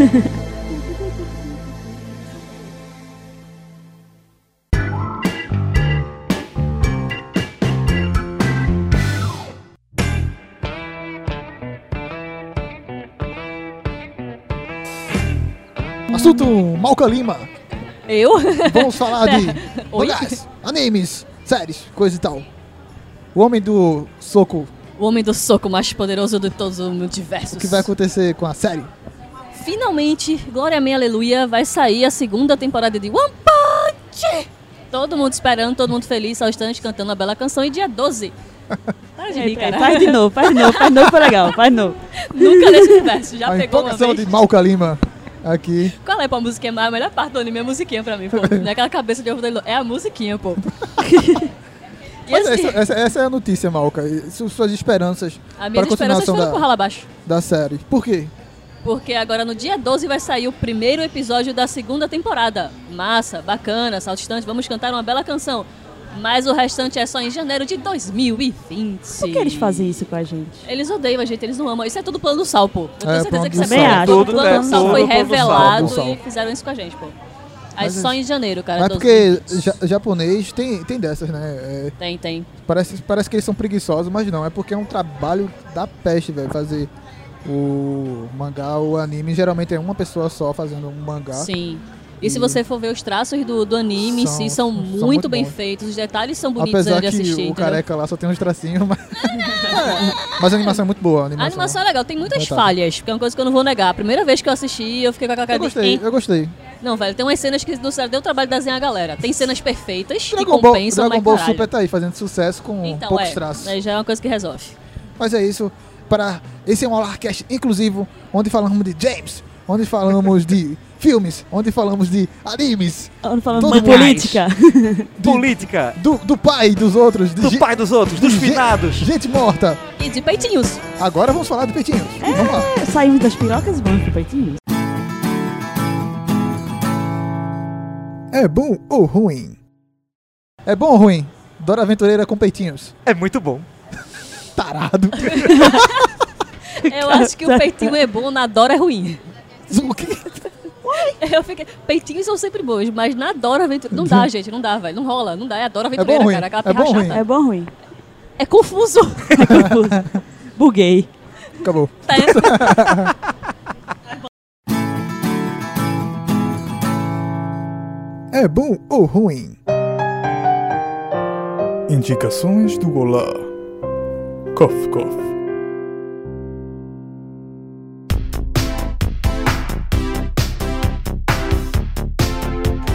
Speaker 1: Assunto Malca Lima.
Speaker 4: Eu? [laughs]
Speaker 1: Vamos falar de
Speaker 4: Oi?
Speaker 1: mangás, animes, séries, coisa e tal. O homem do soco.
Speaker 4: O homem do soco mais poderoso de todos os multiversos.
Speaker 1: O que vai acontecer com a série?
Speaker 4: Finalmente, glória a minha aleluia, vai sair a segunda temporada de One Punch! Todo mundo esperando, todo mundo feliz, ao instante cantando a bela canção e dia
Speaker 3: [laughs]
Speaker 4: 12. Para de rir,
Speaker 3: Eita,
Speaker 4: cara. [laughs]
Speaker 3: É, Faz de novo, faz de novo, faz de novo, foi legal, faz de novo.
Speaker 4: Nunca nesse universo, já
Speaker 1: a
Speaker 4: pegou uma
Speaker 1: invocação
Speaker 4: vez.
Speaker 1: de Malca Lima aqui.
Speaker 4: Qual é pra música? É a melhor parte do anime é a musiquinha
Speaker 1: [laughs]
Speaker 4: pra mim, pô. Naquela cabeça de ovo dele, é a musiquinha, pô. E
Speaker 1: Mas
Speaker 4: assim,
Speaker 1: essa, essa- essa é a notícia, Malca. E su- Suas esperanças
Speaker 4: a minha
Speaker 1: para a
Speaker 4: esperança é
Speaker 1: continuação
Speaker 4: foi pro
Speaker 1: da,
Speaker 4: ralo abaixo.
Speaker 1: da série. Por quê?
Speaker 4: Porque agora no dia 12 vai sair o primeiro episódio da segunda temporada. Massa, bacana, saltitante, vamos cantar uma bela canção. Mas o restante é só em janeiro de 2020.
Speaker 3: Por que eles fazem isso com a gente?
Speaker 4: Eles odeiam a gente, eles não amam. Isso é tudo plano do sal, pô. Eu tenho
Speaker 1: É, plano
Speaker 4: certeza que
Speaker 1: do
Speaker 4: isso
Speaker 3: sal.
Speaker 4: é
Speaker 2: Tudo,
Speaker 4: O plano
Speaker 2: é,
Speaker 4: do sal
Speaker 2: tudo
Speaker 4: foi
Speaker 2: plano do sal,
Speaker 4: revelado
Speaker 1: do sal.
Speaker 4: e fizeram isso com a gente, pô. Aí
Speaker 1: Mas
Speaker 4: só
Speaker 1: eles-
Speaker 4: em janeiro, cara.
Speaker 1: Mas é
Speaker 4: 12.
Speaker 1: porque ja- japonês tem, tem dessas, né? É,
Speaker 4: Tem, tem.
Speaker 1: parece, parece que eles são preguiçosos, mas não. É porque é um trabalho da peste, velho. Fazer o mangá, o anime. Geralmente é uma pessoa só fazendo um mangá.
Speaker 4: Sim. E se
Speaker 1: E-
Speaker 4: você for ver os traços do, do anime
Speaker 1: São-
Speaker 4: em si, são,
Speaker 1: são
Speaker 4: muito,
Speaker 1: muito
Speaker 4: bem
Speaker 1: bons.
Speaker 4: feitos, os detalhes são bonitos
Speaker 1: Apesar que
Speaker 4: de assistir.
Speaker 1: o
Speaker 4: entendeu?
Speaker 1: careca lá só tem uns tracinhos, mas... [laughs] mas a animação é muito boa. A
Speaker 4: A
Speaker 1: animação,
Speaker 4: animação é legal, tem muitas
Speaker 1: Detalhe.
Speaker 4: falhas, que é uma coisa que eu não vou negar. A primeira vez que eu assisti, eu fiquei com aquela
Speaker 1: Eu
Speaker 4: cara é de.
Speaker 1: gostei,
Speaker 4: "Hein?"
Speaker 1: eu gostei.
Speaker 4: Não, velho, tem umas cenas que não sério, deu um trabalho de desenhar a galera. Tem cenas perfeitas
Speaker 1: Dragon
Speaker 4: que
Speaker 1: Ball,
Speaker 4: compensam,
Speaker 1: Dragon
Speaker 4: mas
Speaker 1: Ball
Speaker 4: caralho.
Speaker 1: Super um tá aí fazendo sucesso com
Speaker 4: Então,
Speaker 1: poucos
Speaker 4: é,
Speaker 1: traços.
Speaker 4: aí já é uma coisa que resolve.
Speaker 1: Mas é isso. Para esse é um Alarcast inclusivo, onde falamos de James onde falamos de filmes, onde falamos de animes,
Speaker 3: Não falando
Speaker 1: Todo
Speaker 3: de
Speaker 1: mundo-
Speaker 3: política.
Speaker 2: Política.
Speaker 1: do, do pai dos outros, de
Speaker 2: Do
Speaker 1: ge-
Speaker 2: pai dos outros, dos
Speaker 1: de ge-
Speaker 2: finados.
Speaker 1: gente morta.
Speaker 4: E
Speaker 1: [laughs]
Speaker 4: de peitinhos.
Speaker 1: Agora vamos falar de peitinhos. Vamos lá.
Speaker 3: É, Saímos das pirocas e vamos pro peitinho.
Speaker 1: É bom ou ruim? É bom ou ruim? Dora Aventureira com peitinhos.
Speaker 2: É muito bom.
Speaker 1: Tarado.
Speaker 4: Eu acho que o peitinho é bom, na Dora é ruim. [laughs]
Speaker 1: o que?
Speaker 4: Eu fiquei. Peitinhos são sempre bons, mas na Dora Aventureira.
Speaker 1: [laughs]
Speaker 4: Não dá, gente, não dá, velho. Não rola, não dá. É a Dora Aventureira,
Speaker 1: ruim?
Speaker 4: cara. Aquela
Speaker 1: É
Speaker 4: pirra
Speaker 1: bom ou ruim?
Speaker 4: chata.
Speaker 3: É bom ou ruim? [laughs]
Speaker 4: É confuso. [laughs]
Speaker 3: É confuso. Buguei.
Speaker 1: Acabou.
Speaker 4: Tá?
Speaker 1: [laughs] É bom ou ruim?
Speaker 8: Indicações do Olá. Cof, cof.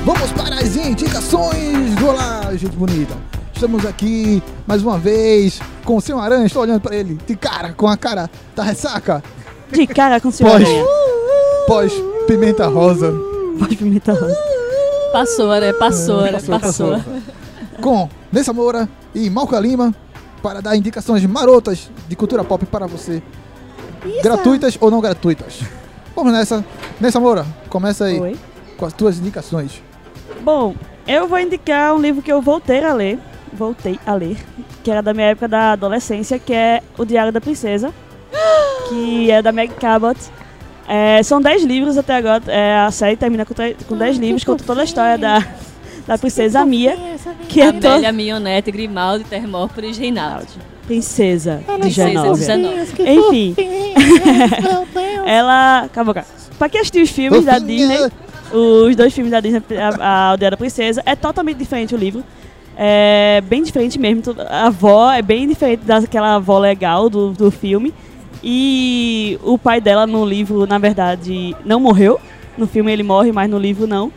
Speaker 1: Vamos para as indicações do Olá, gente bonita. Estamos aqui mais uma vez com o seu Aranha. Estou olhando para ele de cara, com a cara da ressaca.
Speaker 3: De cara com o senhor
Speaker 1: Pós.
Speaker 3: Aranha.
Speaker 1: Pós Pimenta Rosa.
Speaker 3: Pós pimenta rosa.
Speaker 4: Passou, né? Passou, né?
Speaker 1: Passou,
Speaker 4: Passou.
Speaker 1: [laughs] Com Nessa Moura e Malca Lima para dar indicações marotas de cultura pop para você. Gratuitas ou não gratuitas. Vamos nessa. Nessa Moura, começa aí
Speaker 3: Oi.
Speaker 1: com as tuas indicações.
Speaker 3: Bom, eu vou indicar um livro que eu voltei a ler, voltei a ler, que era da minha época da adolescência, que é O Diário da Princesa, que é da Meg Cabot. É, são 10 livros até agora, é, a série termina com tre- com 10 livros, conta toda a história da, da princesa Mia, que é toda...
Speaker 4: Amélia, Mionete, Grimaldi, Termópolis, Reinaldo.
Speaker 3: Princesa de
Speaker 4: Princesa
Speaker 3: Genóvia.
Speaker 4: Genóvia.
Speaker 3: Enfim. [laughs] Ela. Acabou, cara. Pra quem assistiu os filmes da
Speaker 1: Fofinha.
Speaker 3: Disney, os dois filmes da Disney, a, a Aldeia da Princesa, é totalmente diferente o livro. É bem diferente mesmo. tudo- A avó é bem diferente daquela avó legal do, do filme. E o pai dela no livro, na verdade, não morreu. No filme ele morre, mas no livro não.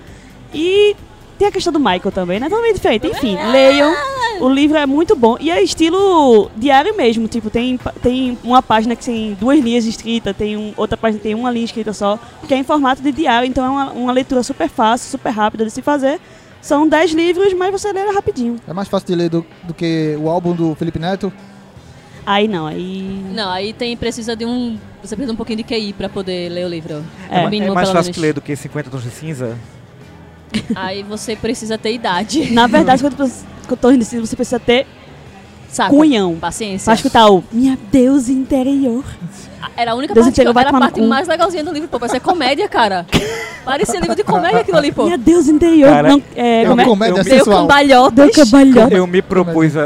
Speaker 3: E tem a questão do Michael também, né? Totalmente diferente. Enfim, leiam. O livro é muito bom. E é estilo diário mesmo. Tipo, tem, pa- tem uma página que tem duas linhas escritas, tem um- outra página que tem uma linha escrita só, que é em formato de diário. Então é uma, uma leitura super fácil, super rápida de se fazer. São dez livros, mas você lê rapidinho.
Speaker 1: É mais fácil de ler do, do que o álbum do Felipe Neto.
Speaker 3: Aí não, aí.
Speaker 4: Não, aí tem, precisa de um. Você precisa um pouquinho de QI pra poder ler o livro.
Speaker 3: É,
Speaker 4: O
Speaker 3: é
Speaker 2: ma-
Speaker 4: mínimo,
Speaker 2: mais
Speaker 4: pelo
Speaker 2: fácil de ler
Speaker 4: menos.
Speaker 2: do que 50 tons de cinza.
Speaker 4: Aí você precisa ter idade. [laughs]
Speaker 3: Na verdade, quando você- quando torna esse livro, assim, você precisa ter
Speaker 4: Saco.
Speaker 3: cunhão.
Speaker 4: Paciência. Ah,
Speaker 3: Pra escutar o Minha Deus Interior.
Speaker 4: Era a única
Speaker 3: Deus
Speaker 4: parte, que
Speaker 3: inteiro, vai
Speaker 4: era a
Speaker 3: tomar no
Speaker 4: parte
Speaker 3: cu.
Speaker 4: mais legalzinha do livro, pô. Parece comédia,
Speaker 3: [laughs]
Speaker 4: cara. Parecia livro de comédia aquilo ali, pô.
Speaker 3: Minha Deus Interior.
Speaker 2: Cara,
Speaker 3: não, é,
Speaker 1: É
Speaker 3: como
Speaker 1: uma
Speaker 3: é?
Speaker 1: comédia
Speaker 2: Eu-
Speaker 4: Deu
Speaker 1: sensual.
Speaker 3: Deu
Speaker 4: cambalhotas.
Speaker 3: cabalhota.
Speaker 2: Eu me propus a,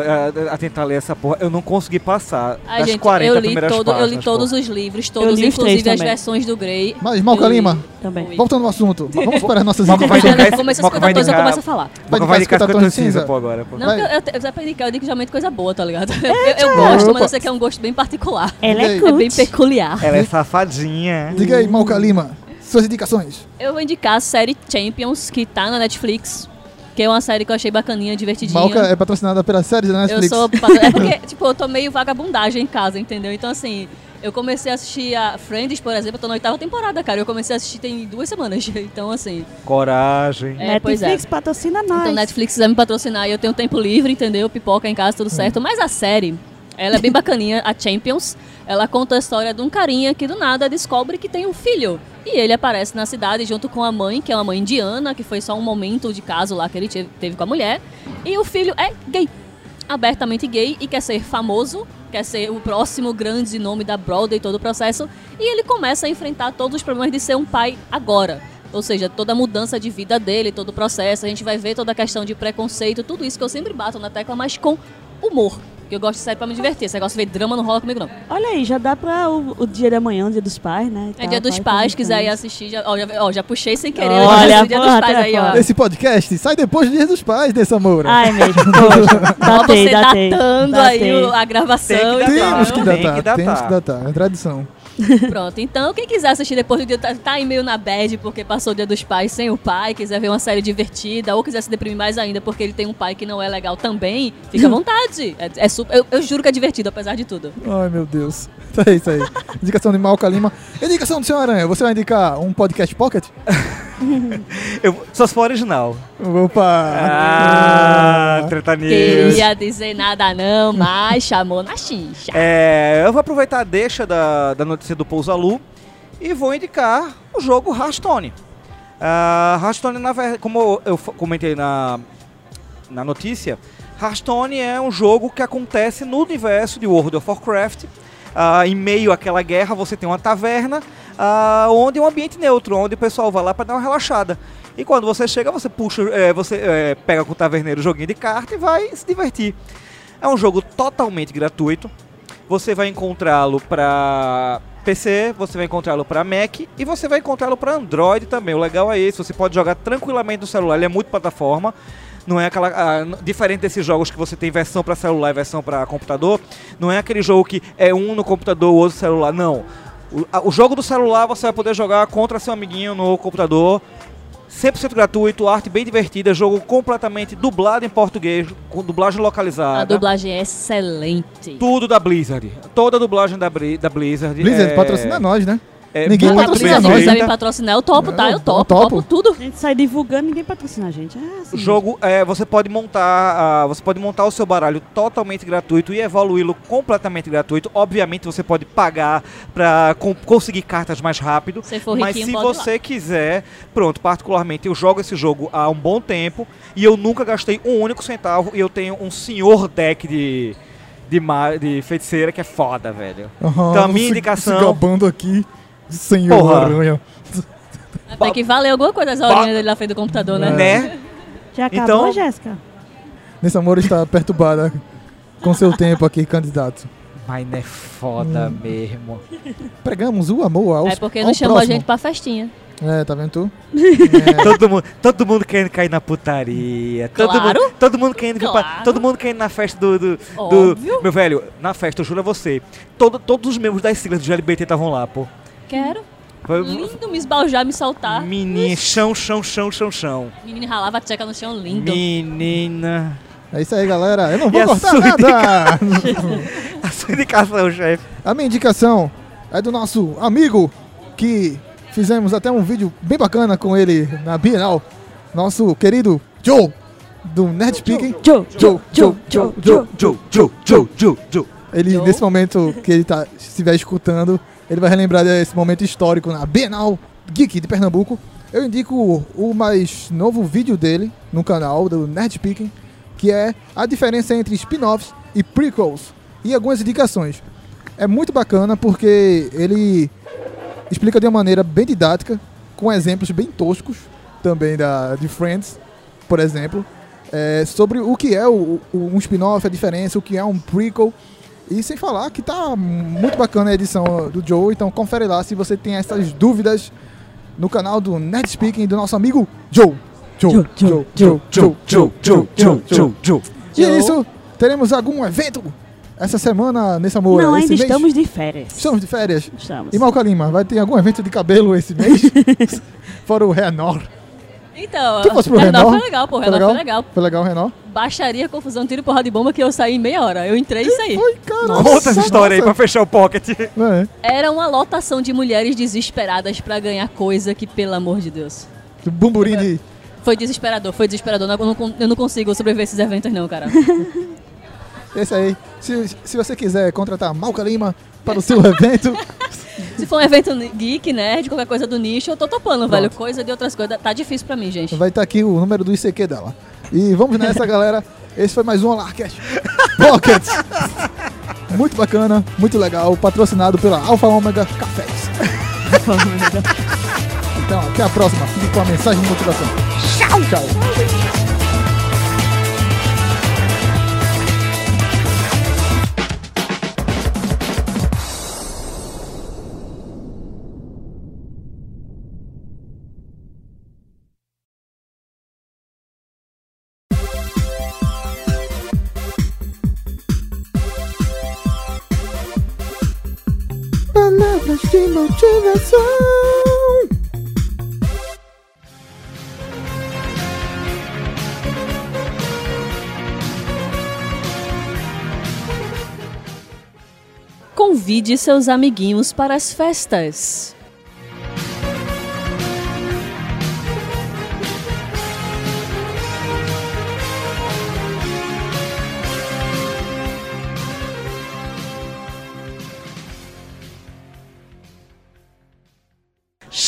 Speaker 2: a- a tentar ler essa porra. Eu não consegui passar
Speaker 4: Ai,
Speaker 2: das
Speaker 4: gente,
Speaker 2: 40
Speaker 4: eu li,
Speaker 2: primeiras
Speaker 4: todo, eu
Speaker 2: páginas.
Speaker 4: li todos
Speaker 2: pô.
Speaker 4: os livros, todos,
Speaker 3: li os três
Speaker 4: inclusive as
Speaker 3: também.
Speaker 4: versões do Grey.
Speaker 1: Mas, Malca
Speaker 4: Eu li.
Speaker 1: Lima,
Speaker 3: Também.
Speaker 4: Ui.
Speaker 1: voltando ao assunto. Vamos para as nossas
Speaker 2: Malca vai
Speaker 1: indicações.
Speaker 2: indicar
Speaker 4: Ela
Speaker 2: esse-
Speaker 4: começa a
Speaker 2: Moca vai
Speaker 4: escutar coisa, eu
Speaker 2: indicar-
Speaker 4: começo a falar.
Speaker 2: Mas
Speaker 1: Vai
Speaker 2: vai
Speaker 1: indicar
Speaker 2: indicar 50
Speaker 1: Tons de
Speaker 2: tons de cinza,
Speaker 1: Cinza.
Speaker 2: pô, agora. Pô.
Speaker 4: Não,
Speaker 1: Vai.
Speaker 4: porque eu, eu, eu já indicar geralmente coisa boa, tá ligado? Eu,
Speaker 2: tipo,
Speaker 4: eu gosto, mas isso aqui é um gosto bem particular.
Speaker 3: Ela
Speaker 1: E aí?
Speaker 3: é
Speaker 4: É bem
Speaker 3: cult.
Speaker 4: peculiar.
Speaker 2: Ela é safadinha.
Speaker 1: Diga aí, Malca Lima, suas indicações.
Speaker 4: Eu vou indicar a série Champions, que tá na Netflix, que é uma série que eu achei bacaninha, divertidinha.
Speaker 1: Malca é patrocinada pela série da
Speaker 4: Eu
Speaker 1: Netflix.
Speaker 4: sou. patro-
Speaker 1: [laughs]
Speaker 4: É porque, tipo, eu tô meio vagabundagem em casa, entendeu? Então, assim, eu comecei a assistir a Friends, por exemplo, eu tô na oitava temporada, cara. Eu comecei a assistir tem duas semanas. [laughs] Então, assim.
Speaker 2: Coragem.
Speaker 4: É, pois
Speaker 3: Netflix
Speaker 4: é.
Speaker 3: patrocina nós.
Speaker 4: Então, Netflix vai me patrocinar e eu tenho tempo livre, entendeu? Pipoca em casa, tudo certo. Mas a série, ela é bem bacaninha, a Champions. Ela conta a história de um carinha que do nada descobre que tem um filho. E ele aparece na cidade junto com a mãe, que é uma mãe indiana, que foi só um momento de caso lá que ele te- teve com a mulher. E o filho é gay. Abertamente gay e quer ser famoso, quer ser o próximo grande nome da Broadway, todo o processo. E ele começa a enfrentar todos os problemas de ser um pai agora. Ou seja, toda a mudança de vida dele, todo o processo, a gente vai ver toda a questão de preconceito, tudo isso que eu sempre bato na tecla, mas com humor. Que eu gosto de sair pra me divertir. Esse negócio de ver drama não rola comigo, não.
Speaker 3: Olha aí, já dá pra o, o dia da manhã, o dia dos pais, né? e
Speaker 4: É
Speaker 3: tal,
Speaker 4: dia dos
Speaker 3: pai
Speaker 4: pais, assim.
Speaker 3: com
Speaker 4: quiser ir
Speaker 3: criança.
Speaker 4: assistir. Já, ó, já, ó, já puxei sem querer.
Speaker 3: Olha,
Speaker 4: Olha, dia dos
Speaker 3: porra,
Speaker 4: pais aí, ó.
Speaker 3: tá
Speaker 1: Esse podcast sai depois do Dia dos Pais, Nessa Moura.
Speaker 3: Ah, é mesmo.
Speaker 4: [laughs]
Speaker 3: Poxa, tá
Speaker 4: Ó,
Speaker 3: datei,
Speaker 4: você
Speaker 3: datei.
Speaker 4: datando aí
Speaker 3: datei.
Speaker 4: o- a gravação.
Speaker 2: Tem que
Speaker 4: e
Speaker 2: datar.
Speaker 1: Temos que
Speaker 4: tal.
Speaker 2: Tem que
Speaker 1: datar,
Speaker 2: datar.
Speaker 1: temos que datar. É tradição.
Speaker 4: Pronto, então quem quiser assistir depois do dia, tá, tá aí meio na bad porque passou o dia dos pais sem o pai, quiser ver uma série divertida ou quiser se deprimir mais ainda porque ele tem um pai que não
Speaker 1: [laughs]
Speaker 4: é legal também, fica à vontade. É, é super, eu, eu juro que é divertido, apesar de tudo.
Speaker 1: Ai, meu Deus. [laughs] Então é isso aí. Indicação de Malca Lima. Indicação do Senhor Aranha. Você vai indicar um podcast pocket?
Speaker 2: Eu, só se for original.
Speaker 1: Opa!
Speaker 2: Ah, treta news.
Speaker 4: Queria dizer nada não, mas chamou na xixa.
Speaker 2: É, eu vou aproveitar a deixa da, da notícia do Pousalu e vou indicar o jogo Hearthstone. Ah, Hearthstone, na ver- como eu f- comentei na, na notícia, Hearthstone é um jogo que acontece no universo de World of Warcraft. Ah, em meio àquela guerra, você tem uma taverna ah, onde é um ambiente neutro, onde o pessoal vai lá para dar uma relaxada. E quando você chega, você puxa, eh, você eh, pega com o taverneiro o joguinho de carta e vai se divertir. É um jogo totalmente gratuito. Você vai encontrá-lo para PC, você vai encontrá-lo para Mac e você vai encontrá-lo para Android também. O legal é esse, você pode jogar tranquilamente no celular, ele é multiplataforma. Não é aquela ah, n- diferente desses jogos que você tem versão para celular e versão para computador, não é aquele jogo que é um no computador, o outro no celular, não. O, a- o jogo do celular você vai poder jogar contra seu amiguinho no computador 100% gratuito, arte bem divertida, jogo completamente dublado em português, com dublagem localizada.
Speaker 4: A dublagem é excelente.
Speaker 2: Tudo da Blizzard. Toda a dublagem da, Bri- da Blizzard.
Speaker 1: Blizzard,
Speaker 2: é-
Speaker 1: patrocina nós, né?
Speaker 2: é
Speaker 1: Ninguém
Speaker 2: muito
Speaker 4: a
Speaker 1: patrocina
Speaker 4: Blizzard
Speaker 2: bem
Speaker 1: nós,
Speaker 4: quiser
Speaker 2: feita.
Speaker 4: tá me patrocinar, eu topo, tá?
Speaker 1: Eu
Speaker 4: Eu topo,
Speaker 1: topo.
Speaker 4: topo tudo.
Speaker 3: A gente sai divulgando, ninguém patrocina a gente. É assim.
Speaker 2: O jogo é, você pode montar, ah, você pode montar o seu baralho totalmente gratuito e evoluí-lo completamente gratuito. Obviamente você pode pagar para conseguir cartas mais rápido.
Speaker 4: Se for
Speaker 2: mas
Speaker 4: riquinho,
Speaker 2: se
Speaker 4: pode ir lá.
Speaker 2: você quiser, pronto, particularmente eu jogo esse jogo há um bom tempo e eu nunca gastei um único centavo e eu tenho um senhor deck de de, ma- de feiticeira que é foda, velho.
Speaker 1: Aham,
Speaker 2: Então, a minha
Speaker 1: se-
Speaker 2: indicação-
Speaker 1: Se gabando aqui, senhor
Speaker 2: Porra.
Speaker 1: Aranha.
Speaker 4: Até que valeu alguma coisa as horinhas dele na frente do computador, né?
Speaker 1: É.
Speaker 2: Né?
Speaker 3: Já acabou,
Speaker 2: Então-
Speaker 3: Jéssica?
Speaker 1: Nesse amor está perturbada com seu tempo aqui, candidato.
Speaker 2: Mas não é foda mesmo.
Speaker 1: Pregamos o amor ao
Speaker 4: É porque não chamou a gente pra festinha.
Speaker 1: É, tá vendo tu?
Speaker 2: [laughs] Todo mundo, todo mundo querendo cair na putaria. Todo
Speaker 4: Claro.
Speaker 2: mundo, todo mundo querendo vir pra-
Speaker 4: Claro.
Speaker 2: todo mundo querendo na festa do, do, do-
Speaker 4: Óbvio.
Speaker 2: meu velho, na festa, eu juro a você. Todo, todos os membros das siglas do GLBT estavam lá, pô.
Speaker 4: Quero.
Speaker 2: Foi,
Speaker 4: Lindo me esbaljar, me saltar.
Speaker 2: menina, chão, chão, chão, chão, chão.
Speaker 4: Menino ralava a tcheca no chão, lindo.
Speaker 2: Menina.
Speaker 4: [laughs]
Speaker 1: É isso aí, galera. Eu não vou
Speaker 2: E a
Speaker 1: cortar
Speaker 2: sua
Speaker 1: nada.
Speaker 2: A sua indicação, chefe.
Speaker 1: A minha indicação é do nosso amigo que fizemos até um vídeo bem bacana com ele na Bienal. Nosso querido Joe, do Nerd Speaking.
Speaker 3: Joe,
Speaker 1: Joe, Joe,
Speaker 3: Joe,
Speaker 1: Joe.
Speaker 2: Joe, Joe, Joe, Joe, Joe.
Speaker 1: Ele,
Speaker 4: Joe.
Speaker 1: nesse momento que ele tá, estiver escutando, ele vai relembrar desse momento histórico na Bienal Geek de Pernambuco. Eu indico o, o mais novo vídeo dele no canal do Nerd Picking, que é a diferença entre spin-offs e prequels e algumas indicações. É muito bacana porque ele explica de uma maneira bem didática, com exemplos bem toscos também da, de Friends, por exemplo, é, sobre o que é o- o- um spin-off, a diferença, o que é um prequel. E sem falar que tá muito bacana a edição do Joe, então confere lá se você tem essas dúvidas no canal do Nerd Speaking do nosso amigo Joe. Joe, Joe, Joe, Joe, Joe, Joe, Joe, Joe. E é isso, teremos algum evento essa semana, nesse amor?
Speaker 3: Não,
Speaker 1: esse mês?
Speaker 3: ainda estamos de férias.
Speaker 1: Estamos de férias.
Speaker 3: Estamos.
Speaker 1: E Malca Lima, vai ter algum evento de cabelo esse
Speaker 4: [laughs]
Speaker 1: mês? Fora o Renor.
Speaker 4: Então,
Speaker 1: Tu fosse pro
Speaker 4: Renan
Speaker 1: Renan?
Speaker 4: foi legal, pô. Renan foi legal.
Speaker 1: Foi legal o Renor?
Speaker 4: Baixaria, confusão, tiro, porrada de bomba que eu saí em meia hora. Eu entrei e saí.
Speaker 1: Foi, cara.
Speaker 2: Conta essa história aí pra fechar o pocket.
Speaker 1: É,
Speaker 4: Era uma lotação de mulheres desesperadas pra ganhar coisa que, pelo amor de Deus.
Speaker 1: do bumburim de...
Speaker 4: Foi desesperador, foi desesperador. Não- eu não con- eu não consigo sobreviver a esses eventos,
Speaker 1: [laughs]
Speaker 4: não, cara. É.
Speaker 1: Esse aí. Se, se você quiser contratar Malca Lima para o seu evento,
Speaker 4: Se for um evento geek, nerd, qualquer coisa do nicho, eu tô topando, velho. Coisa de outras coisas. Tá difícil pra mim, gente.
Speaker 1: vai estar aqui o número do ICQ dela. E vamos nessa, galera. Esse foi mais um Olarcast Pocket. Muito bacana, muito legal. Patrocinado pela Alfa Ômega Cafés. Então, até a próxima. Fique com a mensagem de motivação. Tchau, tchau. Palavras de motivação.
Speaker 4: Convide Convide seus amiguinhos para as festas.